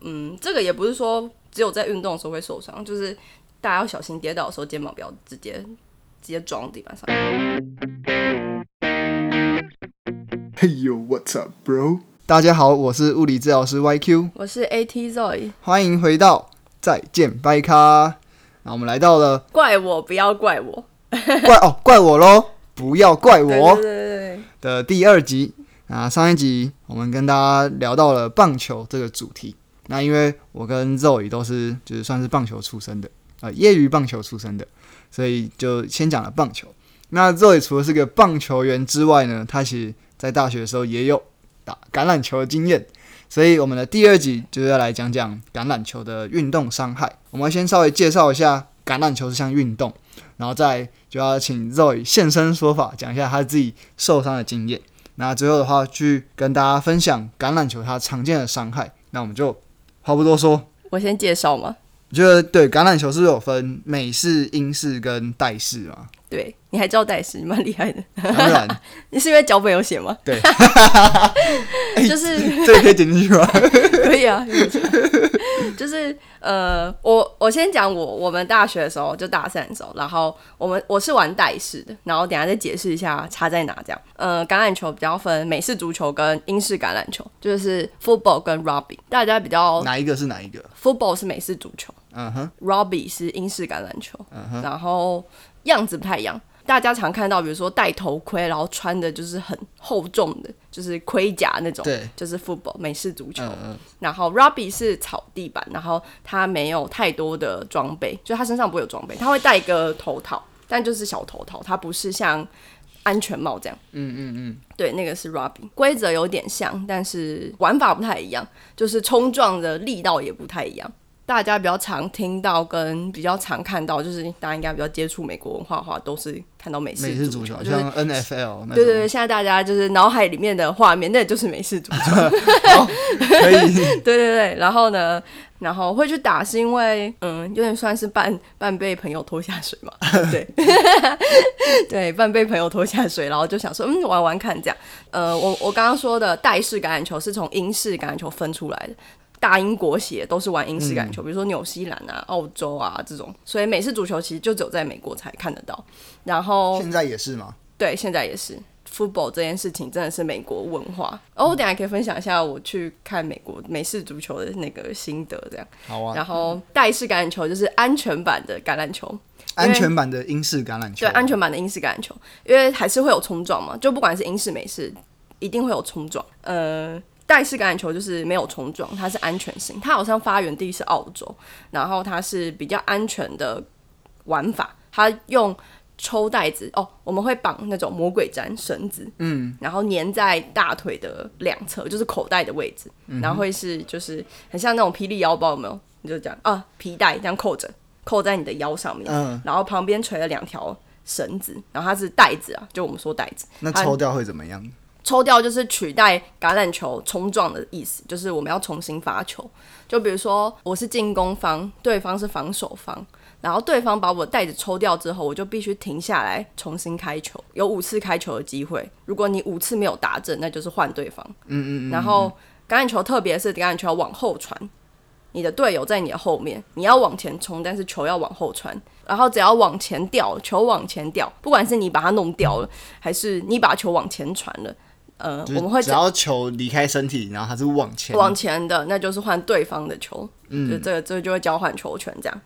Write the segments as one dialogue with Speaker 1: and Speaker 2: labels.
Speaker 1: 嗯，这个也不是说只有在运动的时候会受伤，就是大家要小心跌倒的时候，肩膀不要直接直接撞地板上。
Speaker 2: Hey yo, what's up, bro？
Speaker 3: 大家好，我是物理治疗师 YQ，
Speaker 1: 我是 AT Zoe，
Speaker 3: 欢迎回到再见掰咖。那我们来到了
Speaker 1: 怪我不要怪我。
Speaker 3: 怪哦怪我喽，不要怪
Speaker 1: 对
Speaker 3: 我哦
Speaker 1: 对对对对，
Speaker 3: 的第二集。那上一集我们跟大家聊到了棒球这个主题。那因为我跟肉宇都是就是算是棒球出身的，呃，业余棒球出身的，所以就先讲了棒球。那肉宇除了是个棒球员之外呢，他其实在大学的时候也有打橄榄球的经验。所以我们的第二集就是要来讲讲橄榄球的运动伤害。我们先稍微介绍一下橄榄球这项运动，然后再就要请 Zoe 现身说法，讲一下他自己受伤的经验。那最后的话，去跟大家分享橄榄球它常见的伤害。那我们就话不多说，
Speaker 1: 我先介绍嘛。
Speaker 3: 我觉得对橄榄球是不是有分美式、英式跟带式 嘛？
Speaker 1: 对，你还知道代你蛮厉害的。
Speaker 3: 当然，
Speaker 1: 你是因为脚本有写吗？
Speaker 3: 对，
Speaker 1: 就是
Speaker 3: 这个可以剪进去吗？
Speaker 1: 可以啊， 就是呃，我我先讲我我们大学的时候就大三的时候，哦然后我们我是玩带式的，然后等一下再解释一下差在哪这样。呃，橄榄球比较分美式足球跟英式橄榄球，就是 football 跟 rugby，大家比较
Speaker 3: 哪一个是哪一个？
Speaker 1: football 是美式足球
Speaker 3: 嗯哼，
Speaker 1: ，rugby 是英式橄榄球，
Speaker 3: 嗯
Speaker 1: 然后样子不太一样。大家常看到，比如说戴头盔，然后穿的就是很厚重的，就是盔甲那种，
Speaker 3: 对，
Speaker 1: 就是 football 美式足球。
Speaker 3: 嗯嗯，
Speaker 1: 然后 Robbie 是草地板，然后他没有太多的装备，就他身上不会有装备，他会戴一个头套，但就是小头套，他不是像安全帽这样。嗯嗯嗯，对，那个是 Robbie，规则有点像，但是玩法不太一样，就是冲撞的力道也不太一样。大家比较常听到跟比较常看到，就是大家应该比较接触美国文化的话，都是看到美式
Speaker 3: 美式足球
Speaker 1: 就是
Speaker 3: 像 NFL 那种，
Speaker 1: 对对对，现在大家就是脑海里面的画面，那就是美式足 球。
Speaker 3: 哦可以，
Speaker 1: 对对对，然后呢，然后会去打是因为，嗯，有点算是半半被朋友拖下水 嘛，对， 对，半被朋友拖下水，然后就想说，嗯，玩玩看这样。呃，我我刚刚说的带式橄榄球是从英式橄榄球分出来的。大英国协都是玩英式橄
Speaker 3: 嗯
Speaker 1: 榄球，比如说纽西兰啊、澳洲啊这种，所以美式足球其实就只有在美国才看得到。然后
Speaker 3: 现在也是嘛。
Speaker 1: 对，现在也是。football 这件事情真的是美国文化。哦，我等一下可以分享一下我去看美国美式足球的那个心得，这样。
Speaker 3: 好啊，
Speaker 1: 然后带式橄榄球就是安全版的橄榄球，
Speaker 3: 安全版的英式橄榄球，
Speaker 1: 对，安全版的英式橄榄球，因为还是会有冲撞嘛，就不管是英式美式，一定会有冲撞。呃，带式橄榄球就是没有冲撞，它是安全性，它好像发源地是澳洲，然后它是比较安全的玩法，它用。抽带子哦，我们会绑那种魔鬼粘绳子，嗯，然后粘在大腿的两侧，就是口袋的位置，
Speaker 3: 嗯
Speaker 1: 然后会是就是很像那种霹雳腰包，有没有？你就这样啊，皮带这样扣着，扣在你的腰上面，
Speaker 3: 嗯
Speaker 1: 然后旁边垂了两条绳子，然后它是带子啊，就我们说带子，
Speaker 3: 那
Speaker 1: 它
Speaker 3: 抽掉会怎么样？
Speaker 1: 抽掉就是取代橄榄球冲撞的意思，就是我们要重新发球。就比如说我是进攻方，对方是防守方，然后对方把我袋子抽掉之后，我就必须停下来重新开球，有五次开球的机会。如果你五次没有打正，那就是换对方。嗯嗯然后橄榄球特别是橄榄球要往后传，你的队友在你的后面，你要往前冲，但是球要往后传。然后只要往前掉，球往前掉，不管是你把它弄掉了，还是你把球往前传了，呃，
Speaker 3: 就是
Speaker 1: 我们会
Speaker 3: 只要球离开身体，然后它是往前
Speaker 1: 往前的，那就是换对方的球，
Speaker 3: 嗯
Speaker 1: 就这个这个就会交换球权这样。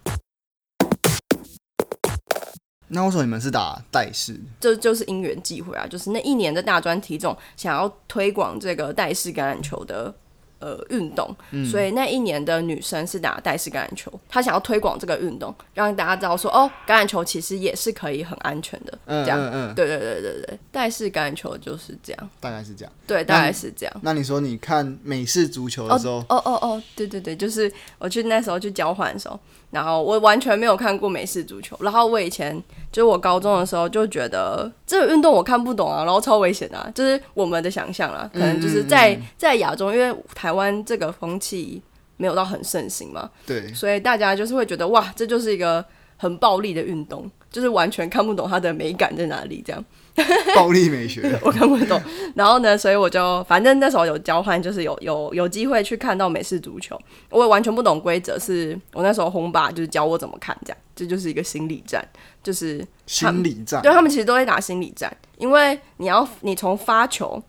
Speaker 3: 那为什么你们是打带式？
Speaker 1: 这就是因缘际会啊，就是那一年的大专体总想要推广这个带式橄榄球的呃运动，
Speaker 3: 嗯
Speaker 1: 所以那一年的女生是打带式橄榄球，她想要推广这个运动，让大家知道说哦，橄榄球其实也是可以很安全的，
Speaker 3: 嗯
Speaker 1: 这样。
Speaker 3: 嗯嗯，
Speaker 1: 对对对对对，带式橄榄球就是这样，
Speaker 3: 大概是这样。
Speaker 1: 对，大概是这样。
Speaker 3: 那你说你看美式足球的时候，
Speaker 1: 哦哦哦，对对对，就是我去那时候去交换的时候，然后我完全没有看过美式足球，然后我以前就是我高中的时候就觉得这个运动我看不懂啊，然后超危险的、啊，就是我们的想象啊啦，可能就是在、
Speaker 3: 嗯
Speaker 1: 在亚洲，因为台湾这个风气没有到很盛行嘛，
Speaker 3: 对，
Speaker 1: 所以大家就是会觉得哇，这就是一个很暴力的运动，就是完全看不懂它的美感在哪里，这样
Speaker 3: 暴力美学
Speaker 1: 我看不懂。然后呢，所以我就反正那时候有交换，就是有有有机会去看到美式足球，我也完全不懂规则，是我那时候红爸就是教我怎么看，这样这就是一个心理战，就是
Speaker 3: 心理战，
Speaker 1: 对他们其实都会打心理战，因为你要你从发球，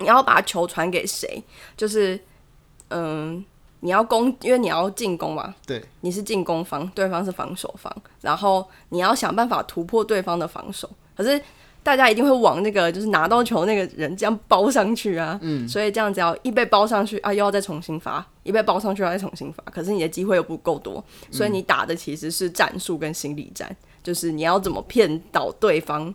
Speaker 1: 你要把球传给谁，就是嗯，你要攻，因为你要进攻嘛，
Speaker 3: 对，
Speaker 1: 你是进攻方，对方是防守方，然后你要想办法突破对方的防守，可是。大家一定会往那个就是拿到球那个人这样包上去啊，嗯，所以这样只要一被包上去啊，又要再重新发，一被包上去又要再重新发，可是你的机会又不够多，所以你打的其实是战术跟心理战，就是你要怎么骗到对方，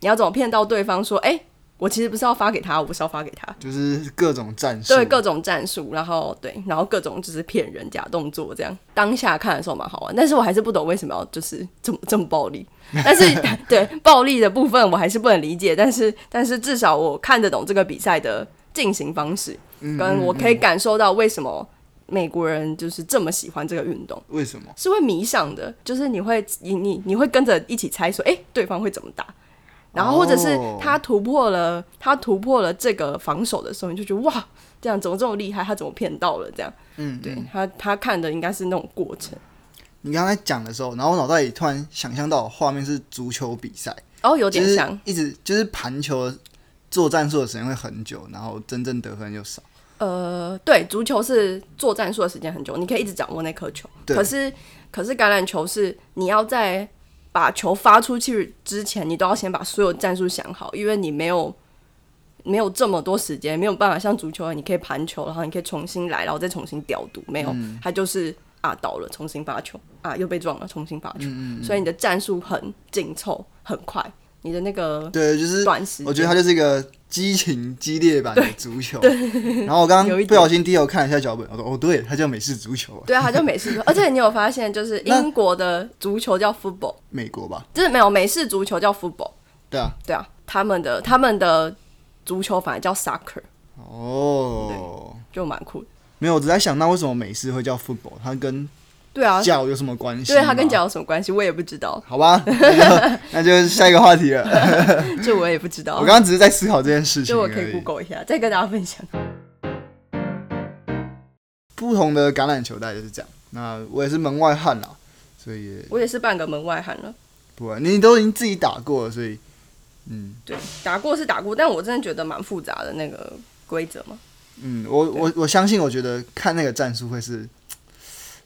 Speaker 1: 你要怎么骗到对方说，哎、我其实不是要发给他，我不是要发给他，
Speaker 3: 就是各种战术，
Speaker 1: 对各种战术，然后对，然后各种就是骗人假动作这样。当下看的时候蛮好玩，但是我还是不懂为什么要就是这么这么暴 力。但是对暴力的部分我还是不能理解，但是但是至少我看得懂这个比赛的进行方式，
Speaker 3: 嗯
Speaker 1: 跟我可以感受到为什么美国人就是这么喜欢这个运动。
Speaker 3: 为什么？
Speaker 1: 是会迷上的，就是你会你你你会跟着一起猜说，哎、对方会怎么打，然后或者是
Speaker 3: 哦
Speaker 1: 他突破了他突破了这个防守的时候，你就觉得哇，这样怎么这么厉害，他怎么骗到了这样？
Speaker 3: 嗯，
Speaker 1: 对他他看的应该是那种过程。
Speaker 3: 你刚才讲的时候，然后我脑袋里突然想象到的画面是足球比赛，
Speaker 1: 哦，有
Speaker 3: 就
Speaker 1: 点
Speaker 3: 是
Speaker 1: 像，
Speaker 3: 一直就是盘球做战术的时间会很久，然后真正得分又少。
Speaker 1: 呃，对，足球是做战术的时间很久，你可以一直掌握那颗球。
Speaker 3: 对
Speaker 1: 可是可是橄榄球是你要在把球发出去之前，你都要先把所有战术想好，因为你没有没有这么多时间，没有办法像足球，你可以盘球，然后你可以重新来，然后再重新调度。没有，
Speaker 3: 嗯
Speaker 1: 它就是啊倒了，重新发球啊又被撞了，重新发球。
Speaker 3: 嗯
Speaker 1: 所以你的战术很紧凑，很快，你的那个
Speaker 3: 对，就是
Speaker 1: 短时间，
Speaker 3: 我觉得它就是一个激情激烈版的足球。然后我刚
Speaker 1: 有一点
Speaker 3: 刚不小心低头看了一下脚本，我说哦，对，它叫美式足球啊，
Speaker 1: 对啊，它叫美 式足球，而且你有发现，就是
Speaker 3: 那
Speaker 1: 英国的足球叫 football，
Speaker 3: 美国吧？
Speaker 1: 就是没有美式足球叫 football，
Speaker 3: 对啊，
Speaker 1: 对啊，他们的他们的足球反而叫 soccer，
Speaker 3: 哦，
Speaker 1: 就蛮酷的。
Speaker 3: 没有，我只在想，那为什么美式会叫 football？它跟
Speaker 1: 对啊，
Speaker 3: 脚有什么关系？
Speaker 1: 对它跟。脚有什么关系？我也不知道，
Speaker 3: 好吧， 那就那就下一个话题了。
Speaker 1: 这我也不知道。
Speaker 3: 我刚刚只是在思考这件事情
Speaker 1: 这
Speaker 3: 而
Speaker 1: 我
Speaker 3: 已。
Speaker 1: 可以 Google 一下，再跟大家分享。
Speaker 3: 不同的橄榄球带就是这样。那我也是门外汉啦，所以也
Speaker 1: 我也是半个门外汉了，
Speaker 3: 不会，你都已经自己打过了，所以嗯
Speaker 1: 对，打过是打过，但我真的觉得蛮复杂的那个规则嘛。
Speaker 3: 嗯，我我我相信，我觉得看那个战术会是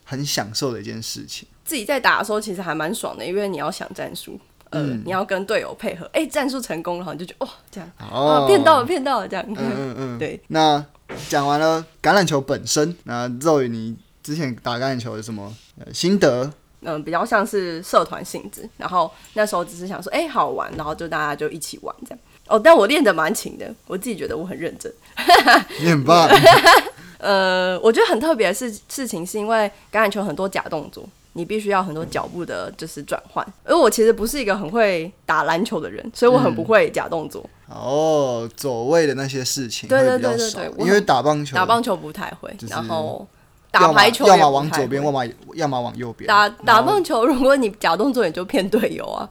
Speaker 3: 很享受的一件事情。
Speaker 1: 自己在打的时候其实还蛮爽的，因为你要想战术，呃，
Speaker 3: 嗯
Speaker 1: 你要跟队友配合，哎、战术成功了，然后你就觉得哇、这样。
Speaker 3: 哦
Speaker 1: 啊，骗到了，骗到了，这样。
Speaker 3: 嗯嗯 嗯，
Speaker 1: 对。
Speaker 3: 那讲完了橄榄球本身，那肉宇你之前打橄榄球有什么呃心得？
Speaker 1: 嗯，比较像是社团性质，然后那时候只是想说，哎、好玩，然后就大家就一起玩这样。哦，但我练的蛮勤的，我自己觉得我很认真。
Speaker 3: 你很棒，
Speaker 1: 呃，我觉得很特别的事事情是因为橄榄球很多假动作，你必须要很多脚步的，就是转换。而我其实不是一个很会打篮球的人，所以我
Speaker 3: 嗯
Speaker 1: 很不会假动作，
Speaker 3: 哦，走位的那些事情
Speaker 1: 对
Speaker 3: 会
Speaker 1: 对
Speaker 3: 比较
Speaker 1: 对对
Speaker 3: 少
Speaker 1: 对，我
Speaker 3: 因为打棒球，
Speaker 1: 打棒球不太会，
Speaker 3: 嗯就是
Speaker 1: 然后
Speaker 3: 要
Speaker 1: 打
Speaker 3: 么
Speaker 1: 排球
Speaker 3: 要
Speaker 1: 也
Speaker 3: 么
Speaker 1: 不
Speaker 3: 往
Speaker 1: 太
Speaker 3: 左边，
Speaker 1: 会
Speaker 3: 要么要么往右边。
Speaker 1: 打打
Speaker 3: 然后
Speaker 1: 棒球，如果你假动作，你就骗队友啊。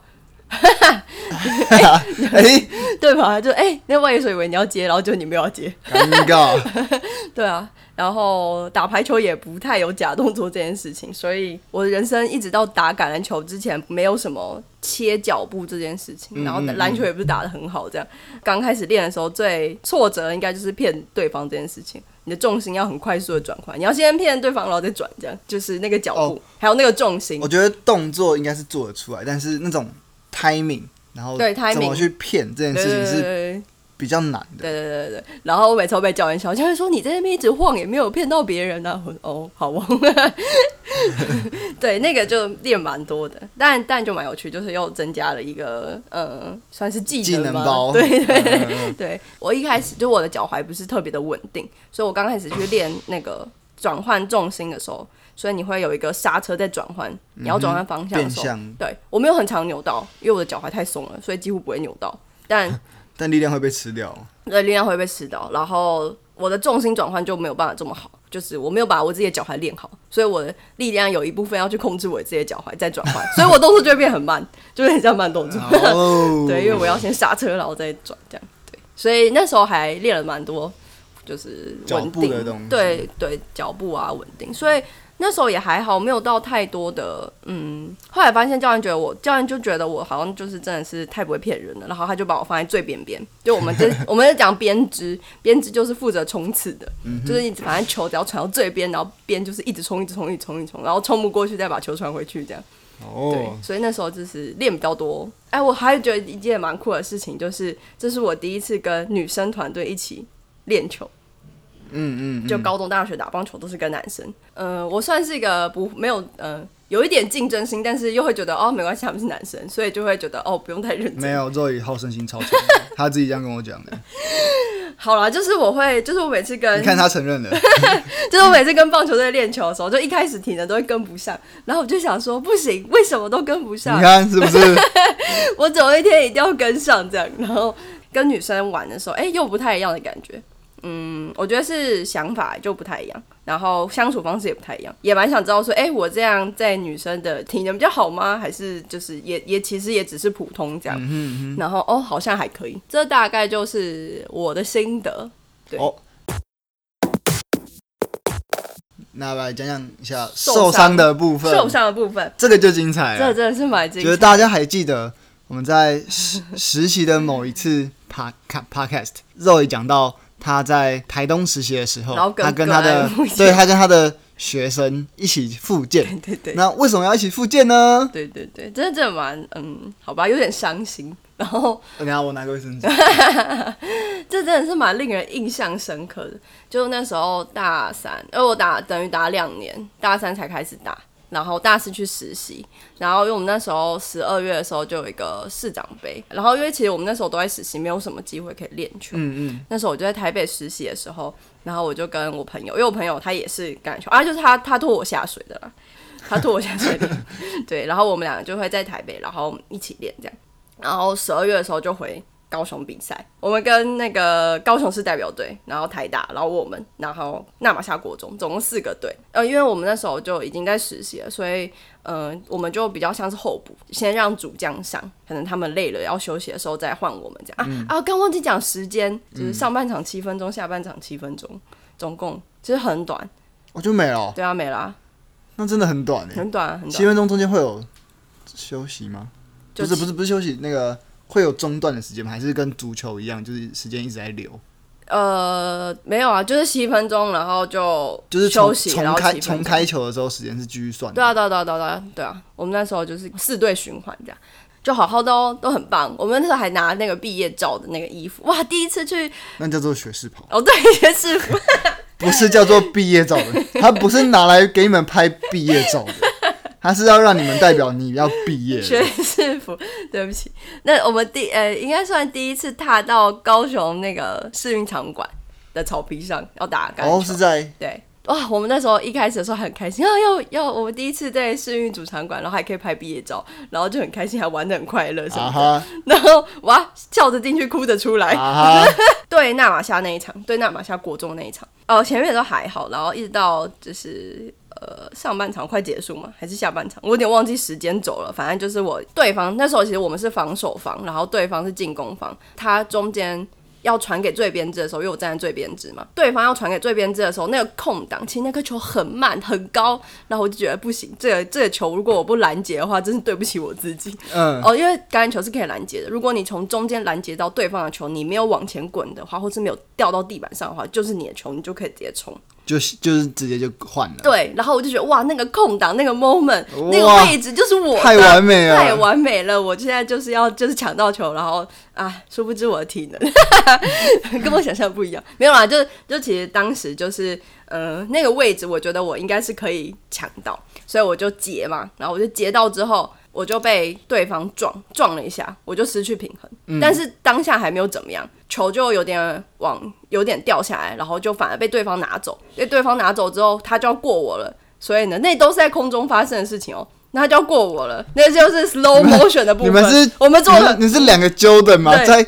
Speaker 3: 哎，
Speaker 1: 对吧？就哎、欸那万一说以为你要接，然后就你没有要接，
Speaker 3: 尴尬。
Speaker 1: 对啊。然后打排球也不太有假动作这件事情，所以我的人生一直到打橄榄球之前，没有什么切脚步这件事情。然后篮球也不是打得很好，这样刚开始练的时候，最挫折应该就是骗对方这件事情。你的重心要很快速的转换，你要先骗对方，然后再转，这样就是那个脚步，
Speaker 3: 哦
Speaker 1: 还有那个重心
Speaker 3: 我。觉得动作应该是做得出来，但是那种 timing，然后
Speaker 1: 对
Speaker 3: 怎么
Speaker 1: timing
Speaker 3: 去骗这件
Speaker 1: 对
Speaker 3: 事
Speaker 1: 对
Speaker 3: 情
Speaker 1: 对对
Speaker 3: 是
Speaker 1: 对
Speaker 3: 比较难的。
Speaker 1: 对对对对对，然后我每次都被教练笑，教练说你在那边一直晃也没有骗到别人啊。我说哦，好哦。 对，那个就练蛮多的，但但就蛮有趣，就是又增加了一个呃，算是技
Speaker 3: 技能
Speaker 1: 吗
Speaker 3: 包
Speaker 1: 对对 对
Speaker 3: 嗯嗯嗯
Speaker 1: 对，我一开始就我的脚踝不是特别的稳定，所以我刚开始去练那个转换重心的时候，所以你会有一个刹车在转换，你要转换方向的时候，
Speaker 3: 嗯变向
Speaker 1: 对我没有很常扭到，因为我的脚踝太松了，所以几乎不会扭到，但。
Speaker 3: 但力量会被吃 掉。
Speaker 1: 对，力量会被吃到，然后我的重心转换就没有办法这么好，就是我没有把我自己的脚踝练好，所以我的力量有一部分要去控制我自己的脚踝再转换，所以我动作就会变很慢，就是很像慢动 作。
Speaker 3: 哦
Speaker 1: 对，因为我要先刹车，然后再转这样。对，所以那时候还练了蛮多，就是
Speaker 3: 脚
Speaker 1: 稳
Speaker 3: 步
Speaker 1: 定
Speaker 3: 的东西
Speaker 1: 对对，脚步啊稳定，所以那时候也还好，没有到太多的嗯。后来发现教练觉得我，教练就觉得我好像就是真的是太不会骗人了，然后他就把我放在最边边。就我们 这我们在讲编织，编织就是负责冲刺的，
Speaker 3: 嗯
Speaker 1: 就是你反正球只要传到最边，然后边就是一直冲，一直冲，一直冲，一直冲，然后冲不过去再把球传回去这样。对
Speaker 3: 哦，，
Speaker 1: 所以那时候就是练比较多。哎，我还觉得一件蛮酷的事情，就是这是我第一次跟女生团队一起练球，
Speaker 3: 嗯嗯，
Speaker 1: 就高中、大学打棒球都是跟男生。呃，我算是一个不没有呃有一点竞争心，但是又会觉得哦没关系，他们是男生，所以就会觉得哦不用太认真。
Speaker 3: 没有，若雨好胜心 超强，他自己这样跟我讲的，
Speaker 1: 好啦，就是我会，就是我每次跟
Speaker 3: 你看他承认 了，
Speaker 1: 就是我每次跟棒球队练球的时候，就一开始体能都会跟不上，然后我就想说不行，为什么都跟不上
Speaker 3: 你？看是不 是？
Speaker 1: 我总一天一定要跟上这样。然后跟女生玩的时候，哎、又不太一样的感觉。嗯，我觉得是想法就不太一样，然后相处方式也不太一样，也蛮想知道说，哎、我这样在女生的体能比较好吗？还是就是也也其实也只是普通这样。
Speaker 3: 嗯
Speaker 1: 然后哦，好像还可以，这大概就是我的心得。对
Speaker 3: 哦，那来讲讲一下
Speaker 1: 受
Speaker 3: 受伤
Speaker 1: 伤
Speaker 3: 的部分，
Speaker 1: 受伤的部分，
Speaker 3: 这个就精彩
Speaker 1: 这
Speaker 3: 了，
Speaker 1: 真的是蛮精
Speaker 3: 啊觉得
Speaker 1: 彩。
Speaker 3: 大家还记得我们在实实习的某一次 pa podcast，肉也讲到他在台东实习的时候
Speaker 1: 然后，跟
Speaker 3: 他跟他
Speaker 1: 个
Speaker 3: 的
Speaker 1: 案复健
Speaker 3: 对他跟他的学生一起复健，
Speaker 1: 对 对对
Speaker 3: 那为什么要一起复健呢？
Speaker 1: 对对对，真的真的蛮嗯，好吧，有点伤心。然后
Speaker 3: 等一下我拿个卫生纸，
Speaker 1: 这真的是蛮令人印象深刻的。就那时候大三，因为我打等于打两年，大三才开始打，然后大四去实习，然后因为我们那时候十二月的时候就有一个市长杯，然后因为其实我们那时候都在实习，没有什么机会可以练球。
Speaker 3: 嗯嗯，
Speaker 1: 那时候我就在台北实习的时候，然后我就跟我朋友，因为我朋友他也是橄榄球啊，就是他他拖我下水的啦，他拖我下水的，对，然后我们两个就会在台北，然后一起练这样，然后十二月的时候就回高雄比赛，我们跟那个高雄市代表队，然后台大，然后我们，然后纳马夏国中，总共四个队，呃，因为我们那时候就已经在实习了，所以呃，我们就比较像是候补，先让主将上，可能他们累了要休息的时候再换我们这样啊、
Speaker 3: 嗯
Speaker 1: 啊！刚忘记讲时间，就是上半场七分钟，下半场七分钟，总共其实很短，
Speaker 3: 我就没了哦，
Speaker 1: 对啊，没啦，
Speaker 3: 那真的很短诶，
Speaker 1: 很短啊，很
Speaker 3: 七
Speaker 1: 短，
Speaker 3: 分钟中间会有休息吗？
Speaker 1: 就
Speaker 3: 不是不是不是休息，那个会有中断的时间吗？还是跟足球一样，就是时间一直在流，
Speaker 1: 呃，没有啊，就是七分钟，然后就
Speaker 3: 就是
Speaker 1: 休
Speaker 3: 从
Speaker 1: 息，然
Speaker 3: 从
Speaker 1: 后
Speaker 3: 开
Speaker 1: 七
Speaker 3: 从
Speaker 1: 分钟
Speaker 3: 开球的时候时间是继续算的。
Speaker 1: 对啊，对啊，对啊，对啊对啊，对啊，我们那时候就是四队循环这样。就好好的哦，都很棒。我们那时候还拿那个毕业照的那个衣服，哇！第一次去
Speaker 3: 那叫做学士袍，
Speaker 1: 哦，对，学士服，
Speaker 3: 不是叫做毕业照 的，它不是拿来给你们拍毕业照的，它是要让你们代表你要毕业
Speaker 1: 学
Speaker 3: 了。
Speaker 1: 士服，对不起。那我们第呃，应该算第一次踏到高雄那个市运场馆的草皮上要打橄
Speaker 3: 哦，
Speaker 1: 榄球。
Speaker 3: 是在
Speaker 1: 对，哇，我们那时候一开始的时候很开心啊，要要我们第一次在市运主场馆，然后还可以拍毕业照，然后就很开心，还玩的很快乐什么
Speaker 3: 啊
Speaker 1: 的。
Speaker 3: 哈
Speaker 1: 然后哇，笑着进去，哭着出来。
Speaker 3: 啊哈，
Speaker 1: 对纳马夏那一场，对纳马夏国中那一场，呃，前面都还好，然后一直到就是呃上半场快结束嘛，还是下半场，我有点忘记时间轴了。反正就是我对方那时候其实我们是防守方，然后对方是进攻方，他中间。要传给最边之的时候，因为我站在最边之嘛，对方要传给最边之的时候，那个空档，其实那颗球很慢很高，然后我就觉得不行，这个这个球如果我不拦截的话，真是对不起我自己。
Speaker 3: 嗯，
Speaker 1: 哦，因为橄榄球是可以拦截的。如果你从中间拦截到对方的球，你没有往前滚的话，或是没有掉到地板上的话，就是你的球，你就可以直接冲。
Speaker 3: 就是就是直接就换了，
Speaker 1: 对，然后我就觉得哇，那个空档，那个 moment，
Speaker 3: 哇
Speaker 1: 那个位置就是我的
Speaker 3: 太完美了
Speaker 1: 太完美了。我现在就是要就是抢到球，然后啊，殊不知我的体能 跟我想象不一样。没有啦，就就其实当时就是呃那个位置，我觉得我应该是可以抢到，所以我就截嘛，然后我就截到之后。我就被对方撞撞了一下，我就失去平衡、
Speaker 3: 嗯
Speaker 1: 但是当下还没有怎么样，球就有点往有点掉下来，然后就反而被对方拿走。被对方拿走之后，他就要过我了，所以呢，那都是在空中发生的事情哦。那他就要过我了，那就是 slow motion 的部
Speaker 3: 你
Speaker 1: 分。
Speaker 3: 们是
Speaker 1: 我们做
Speaker 3: 你
Speaker 1: 了
Speaker 3: 你是两个 Jordan 吗？
Speaker 1: 对
Speaker 3: 在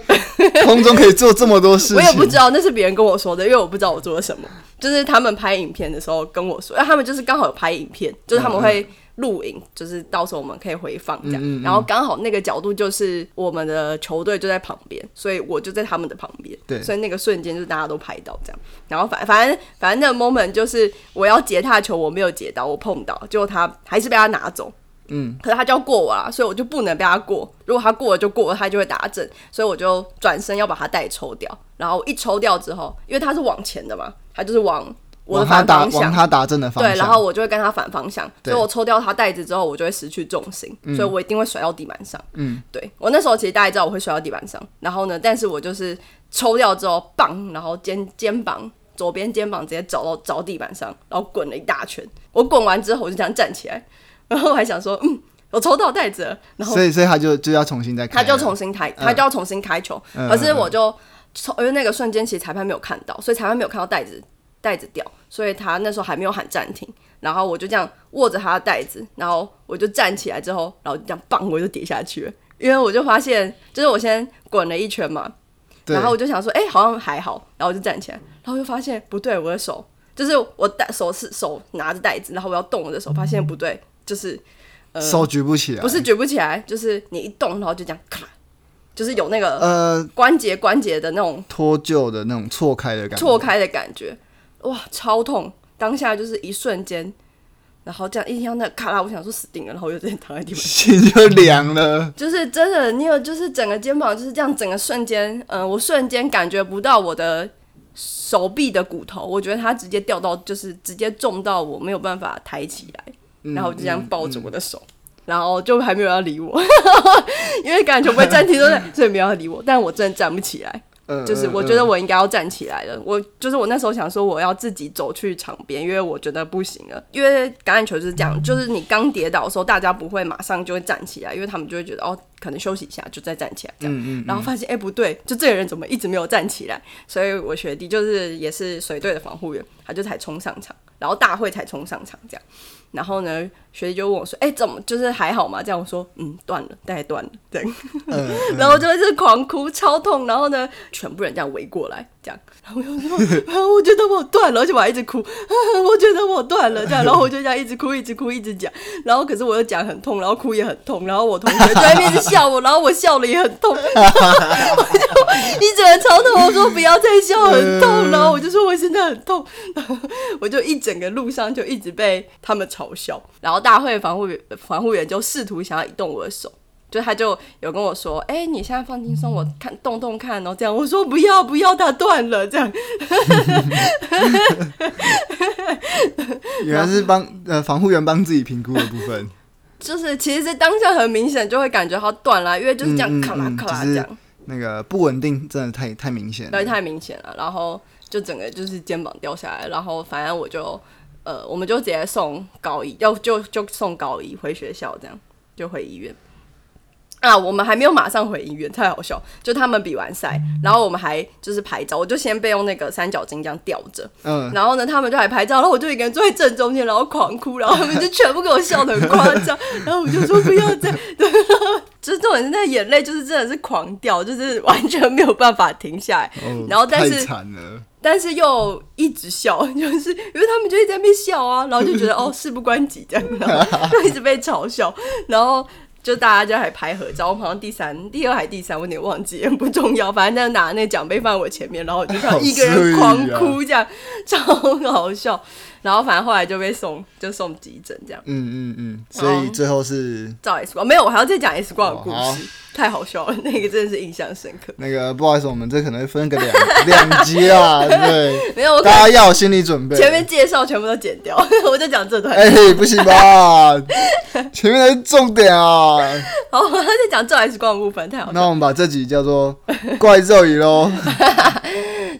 Speaker 3: 空中可以做这么多事情，
Speaker 1: 我也不知道那是别人跟我说的，因为我不知道我做了什么。就是他们拍影片的时候跟我说，啊他们就是刚好有拍影片，就是他们会录影，就是到时候我们可以回放这样。
Speaker 3: 嗯嗯嗯
Speaker 1: 然后刚好那个角度就是我们的球队就在旁边，所以我就在他们的旁边，
Speaker 3: 对
Speaker 1: 所以那个瞬间就是大家都拍到这样。然后反反正反正那个 moment 就是我要截他的球，我没有截到，我碰到，结果他还是被他拿走。
Speaker 3: 嗯，
Speaker 1: 可是他就要过我啦，所以我就不能被他过。如果他过了就过了，他就会打正，所以我就转身要把他带抽掉。然后我一抽掉之后，因为他是往前的嘛，他就是往我的
Speaker 3: 往他
Speaker 1: 反
Speaker 3: 打
Speaker 1: 方
Speaker 3: 往
Speaker 1: 向。
Speaker 3: 他打正的方向，
Speaker 1: 对，然后我就会跟他反方向，
Speaker 3: 对
Speaker 1: 所以我抽掉他袋子之后，我就会失去重心，所以我一定会甩到地板上。
Speaker 3: 嗯，
Speaker 1: 对我那时候其实大家也知道我会甩到地板上，然后呢，但是我就是抽掉之后，棒，然后肩肩膀左边肩膀直接找到着地板上，然后滚了一大圈。我滚完之后，我就这样站起来，然后我还想说，嗯，我抽到袋子了，然后
Speaker 3: 所以所以他就就要重新再
Speaker 1: 他
Speaker 3: 开了，
Speaker 1: 就重新开，他就要重新开球。
Speaker 3: 嗯
Speaker 1: 可是我就从因为那个瞬间，其实裁判没有看到，所以裁判没有看到袋子袋子掉，所以他那时候还没有喊暂停。然后我就这样握着他的袋子，然后我就站起来之后，然后就这样棒，我就跌下去了。因为我就发现，就是我先滚了一圈嘛，
Speaker 3: 对，
Speaker 1: 然后我就想说，哎、好像还好，然后我就站起来，然后就发现不对，我的手就是我袋手是手拿着袋子，然后我要动我的手，发现不对，就是
Speaker 3: 手举不起来，
Speaker 1: 呃不是举不起来，就是你一动，然后就这样咔，就是有那个
Speaker 3: 呃
Speaker 1: 关节关节的那种
Speaker 3: 脱臼的那种错开的感觉，
Speaker 1: 错开的感觉，哇，超痛！当下就是一瞬间，然后这样一听到那个咔啦，我想说死定了，然后我就直接躺在地板上。
Speaker 3: 心就凉了，
Speaker 1: 就是真的，你有就是整个肩膀就是这样，整个瞬间，嗯、我瞬间感觉不到我的手臂的骨头，我觉得它直接掉到，就是直接中到我没有办法抬起来，然后我就这样抱着我的手，然后就还没有要理我，因为感觉不会暂停都在，所以没有要理我，但我真的站不起来，
Speaker 3: 呃
Speaker 1: 就是我觉得我应该要站起来了，我就是我那时候想说我要自己走去场边，因为我觉得不行了，因为橄榄球就是这样，就是你刚跌倒的时候，大家不会马上就会站起来，因为他们就会觉得哦，可能休息一下就再站起来这样，
Speaker 3: 嗯嗯
Speaker 1: 然后发现哎、不对，就这个人怎么一直没有站起来，所以我学弟就是也是水队的防护员，他就才冲上场，然后大会才冲上场这样。然后呢，学弟就问我说：“哎、怎么就是还好吗？”这样我说：“嗯，断了，大概断了。”这样，然后就一直狂哭，超痛。然后呢，全部人这样围过来，这样，然后我就说：“啊我觉得我断了。”而且我还一直哭，啊我觉得我断了。这样，然后我就这样一直哭，一直哭，一直讲。然后可是我又讲很痛，然后哭也很痛。然后我同学就在那边一直笑我，然后我笑了也很痛。一整个超痛，我说不要再笑，很痛。然后我就说我现在很痛，然后我就一整个路上就一直被他们嘲笑。然后大会防护员防护员就试图想要移动我的手，就他就有跟我说：“哎、你现在放轻松，我看动动看哦。”这样我说不要不要，它断了这样。
Speaker 3: 原来是帮呃防护员帮自己评估的部分，
Speaker 1: 就是其实当下很明显就会感觉它断了，因为 就是这样
Speaker 3: 嗯嗯
Speaker 1: 咔啦
Speaker 3: 嗯
Speaker 1: 咔啦
Speaker 3: 就
Speaker 1: 这
Speaker 3: 是
Speaker 1: 样，
Speaker 3: 那个不稳定真的太太明显了，
Speaker 1: 对，太明显了。然后就整个就是肩膀掉下来，然后反正我就呃，我们就直接送高一，要就就送高一回学校，这样就回医院。啊，我们还没有马上回医院，太好笑！就他们比完赛，然后我们还就是拍照，我就先被用那个三角巾这样吊着，
Speaker 3: 嗯，
Speaker 1: 然后呢，他们就来拍照，然后我就一个人坐在正中间，然后狂哭，然后他们就全部给我笑得很夸张，然后我就说不要再， 对，然后就是重点是那眼泪就是真的是狂掉，就是完全没有办法停下来，
Speaker 3: 哦
Speaker 1: 然后但
Speaker 3: 太
Speaker 1: 是
Speaker 3: 惨了，
Speaker 1: 但是又一直笑， 就是因为他们就一直在那边笑啊，然后就觉 得哦事不关己这样，然后 就一直被嘲笑，然后就大家就还拍合照，我们好像第三、第二还第三，我有点忘记，不重要，反正就拿那奖杯放我前面，然后我就这样一个人狂哭这样，超好笑，然后反正后来就被送就送急诊这样。
Speaker 3: 嗯嗯嗯，所以最后是
Speaker 1: 照 X 光没有，我还要再讲 X 光的故
Speaker 3: 哦好
Speaker 1: 事，太好笑了，那个真的是印象深刻。
Speaker 3: 那个不好意思，我们这可能会分个两两集 啊，对，
Speaker 1: 没有，我可
Speaker 3: 大
Speaker 1: 能
Speaker 3: 家要有心理准备。
Speaker 1: 前面介绍全部都剪掉， 我就讲这段。
Speaker 3: 哎、不行 吧？前面才是重点啊！
Speaker 1: 好，我要再讲照 X 光的部分，太好笑
Speaker 3: 那
Speaker 1: 了。
Speaker 3: 我们把这集叫做“怪咒语”喽。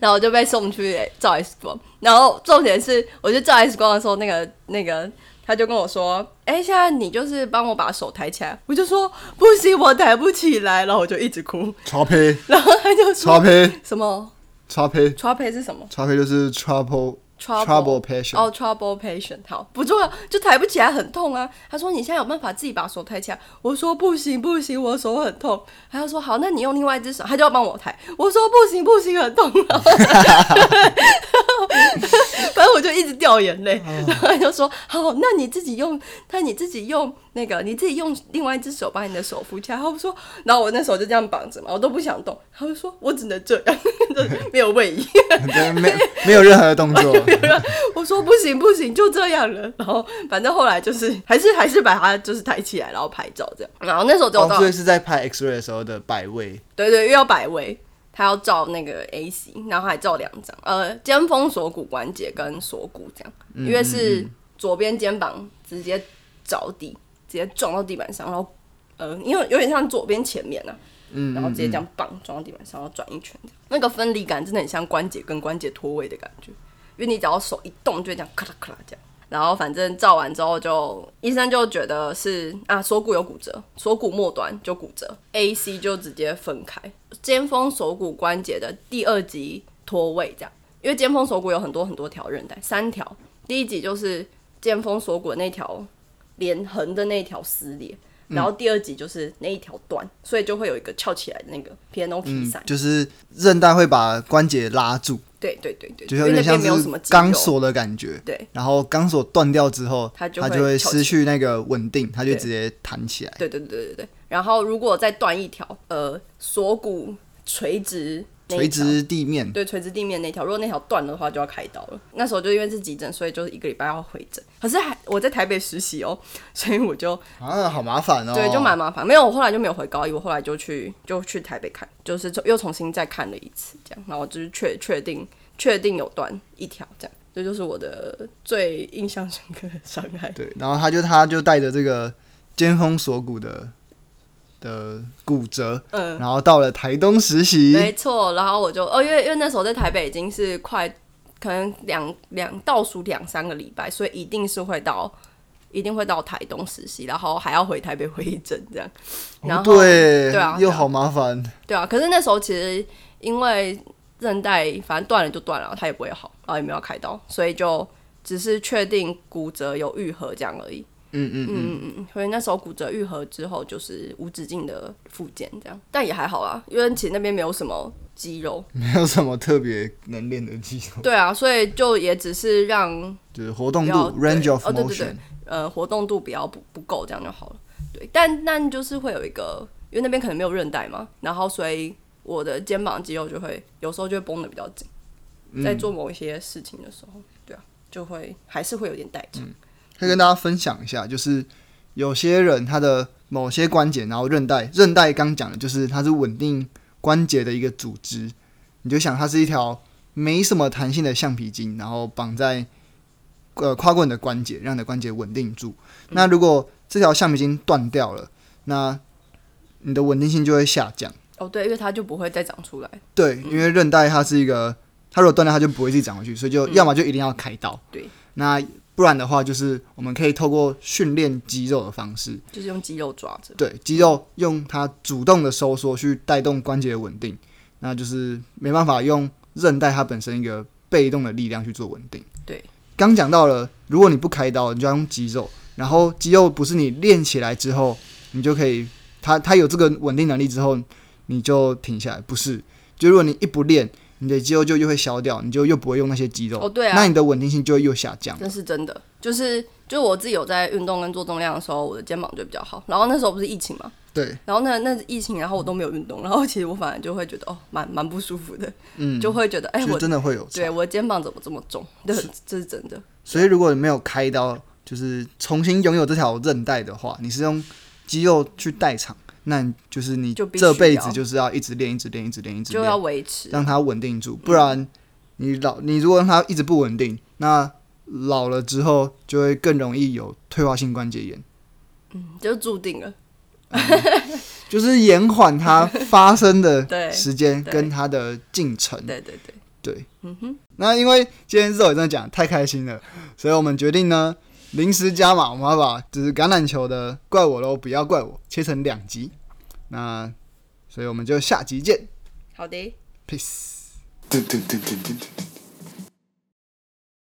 Speaker 1: 然后我就被送去照 X 光，然后重点是，我去照 X 光的时候，那个那个他就跟我说：“哎、现在你就是帮我把手抬起来。”我就说：“不行，我抬不起来。”然后我就一直哭，
Speaker 3: 叉胚，
Speaker 1: 然后他就
Speaker 3: 叉
Speaker 1: 说
Speaker 3: 胚，
Speaker 1: 什么
Speaker 3: 叉胚，
Speaker 1: 抓胚是什么？
Speaker 3: 叉胚就是 trouble trouble
Speaker 1: trouble
Speaker 3: patient，、
Speaker 1: 哦、t r o u b l e patient，好，不重要，就抬不起来很痛啊。他说你现在有办法自己把手抬起来，我说不行不行，我手很痛。他就说好，那你用另外一只手，他就要帮我抬，我说不行不行，很痛。然后 反正我就一直掉眼泪，然后他就说好，那你自己用，那你自己用那个，你自己用另外一只手把你的手扶起来。他说，然后我那时候就这样绑着嘛，我都不想动。他就说我只能这样， 就是没有位移。
Speaker 3: 对，没没有任何动 作，
Speaker 1: 我说不行不行，就这样了。然后反正后来就是还是还是把它就是抬起来，然后拍照这样。然后那时候就
Speaker 3: 哦
Speaker 1: 到、
Speaker 3: 所以是在拍 X-ray 的时候的摆位，
Speaker 1: 对对，又要摆位，他要照那个 AC，然后还照两张，呃，肩峰锁骨关节跟锁骨这样，因为是左边肩膀直接着地，直接撞到地板上，然后呃，因为有点像左边前面啊。
Speaker 3: 嗯，
Speaker 1: 然后直接
Speaker 3: 嗯
Speaker 1: 这样棒撞到地板上，然后转一圈这样，那个分离感真的很像关节跟关节脱位的感觉，因为你只要手一动，就会这样咔啦咔啦这样。然后反正照完之后就，医生就觉得是啊锁骨有骨折，锁骨末端就骨折，A C 就直接分开，肩峰锁骨关节的第二级脱位这样，因为肩峰锁骨有很多很多条韧带，三条，第一级就是肩峰锁骨的那条连横的那条撕裂，
Speaker 3: 嗯
Speaker 1: 然后第二集就是那一条断，所以就会有一个翘起来的那个 piano 皮
Speaker 3: 嗯
Speaker 1: 塞。
Speaker 3: 就是韧带会把关节拉住，
Speaker 1: 对对对对，
Speaker 3: 就
Speaker 1: 因
Speaker 3: 有
Speaker 1: 为那
Speaker 3: 点像
Speaker 1: 边没有
Speaker 3: 是
Speaker 1: 什么肌肉
Speaker 3: 钢。索的感觉，
Speaker 1: 对
Speaker 3: 然后钢索断掉之后，
Speaker 1: 它
Speaker 3: 它
Speaker 1: 就
Speaker 3: 就
Speaker 1: 会
Speaker 3: 会
Speaker 1: 翘
Speaker 3: 失
Speaker 1: 起
Speaker 3: 去那个稳定，它就
Speaker 1: 对
Speaker 3: 直接弹起来，
Speaker 1: 对对对对对对。然后如果再断一条，呃，锁骨垂直那
Speaker 3: 垂
Speaker 1: 一条
Speaker 3: 直地面。
Speaker 1: 对垂直地面那条，如果那条断的话就要开刀了。那时候就因为是急诊，所以就是一个礼拜要回诊。可是还我在台北实习哦，所以我就
Speaker 3: 啊，好麻烦哦！
Speaker 1: 对，就蛮麻烦。没有，我后来就没有回高一，我后来就去就去台北看，就是又重新再看了一次，这样，然后就是确确定确定有断一条，这样，这就是我的最印象深刻的伤害。
Speaker 3: 对，然后他就他就带着这个肩峰锁骨的的骨折，
Speaker 1: 嗯，
Speaker 3: 然后到了台东实习
Speaker 1: 没，错。然后我就哦，因为因为那时候在台北已经是快可能两两倒数两三个礼拜，所以一定是会到。一定会到台东实习，然后还要回台北 回诊这样。然
Speaker 3: 哦
Speaker 1: 后
Speaker 3: 对
Speaker 1: 对啊
Speaker 3: 又好麻烦，
Speaker 1: 对啊，可是那时候其实因为韧带反正断了就断了，它也不会好，然后也没有开刀，所以就只是确定骨折有愈合这样而已。
Speaker 3: 嗯嗯嗯，
Speaker 1: 嗯嗯嗯，所以那时候骨折愈合之后就是无止境的复健这样，但也还好啦，因为其实那边没有什么肌肉。
Speaker 3: 没有什么特别能练的技术，
Speaker 1: 对啊，所以就也只是让
Speaker 3: 就是活动
Speaker 1: 不要
Speaker 3: 度
Speaker 1: 对
Speaker 3: range of
Speaker 1: 哦对对对
Speaker 3: motion，
Speaker 1: 呃活动度比较不不够，这样就好了。对，但但就是会有一个，因为那边可能没有韧带嘛，然后所以我的肩膀肌肉就会有时候就会绷得比较紧，在做某一些事情的时候，对啊，就会还是会有点代偿。
Speaker 3: 可以跟大家分享一下，就是有些人他的某些关节，然后韧带，韧带刚讲的就是它是稳定关节的一个组织，你就想它是一条没什么弹性的橡皮筋，然后绑在呃跨过你的关节，让你的关节稳定住。那如果这条橡皮筋断掉了，那你的稳定性就会下降。
Speaker 1: 哦，对，因为它就不会再长出来。
Speaker 3: 对，因为韧带它是一个，它如果断掉，它就不会自己长回去，所以就要么就一定要开刀。
Speaker 1: 对，
Speaker 3: 那不然的话，就是我们可以透过训练肌肉的方式，
Speaker 1: 就是用肌肉抓着，
Speaker 3: 对肌肉用它主动的收缩去带动关节的稳定，那就是没办法用韧带它本身一个被动的力量去做稳定。
Speaker 1: 对，
Speaker 3: 刚讲到了，如果你不开刀，你就要用肌肉，然后肌肉不是你练起来之后，你就可以，它它有这个稳定能力之后，你就停下来，不是？就如果你一不练，你的肌肉就又会消掉，你就又不会用那些肌肉，
Speaker 1: 哦对啊
Speaker 3: 那你的稳定性就会又下降。
Speaker 1: 那是真的。就是就是我自己有在运动跟做重量的时候，我的肩膀就比较好。然后那时候不是疫情嘛，
Speaker 3: 对，
Speaker 1: 然后那那疫情，然后我都没有运动，然后其实我反而就会觉得哦，蛮蛮不舒服的，
Speaker 3: 嗯，
Speaker 1: 就会觉得哎、
Speaker 3: 就
Speaker 1: 我
Speaker 3: 真的会有差。
Speaker 1: 对我肩膀怎么这么重？ 对，这是真的。
Speaker 3: 所以如果你没有开刀，就是重新拥有这条韧带的话，你是用肌肉去代偿，那你就是你
Speaker 1: 就必须
Speaker 3: 这辈
Speaker 1: 要
Speaker 3: 子就是要一直练，一直练，一直练，一直
Speaker 1: 就要
Speaker 3: 练，
Speaker 1: 维持。
Speaker 3: 让它稳定住，不然你老你如果让它一直不稳定，那老了之后就会更容易有退化性关节炎，
Speaker 1: 就注定了。
Speaker 3: 就是延缓它发生
Speaker 1: 对
Speaker 3: 的时间
Speaker 1: 对
Speaker 3: 跟它的进程。
Speaker 1: 对对对，
Speaker 3: 对，
Speaker 1: 嗯哼，
Speaker 3: 那因为今天肉也真的讲太开心了，所以我们决定呢临时加码，我们要把就是橄榄球的怪我喽，不要怪我切成两集。那所以我们就下集见
Speaker 1: 好的。
Speaker 3: ，peace。
Speaker 2: Dun, dun, dun, dun, dun, dun, dun.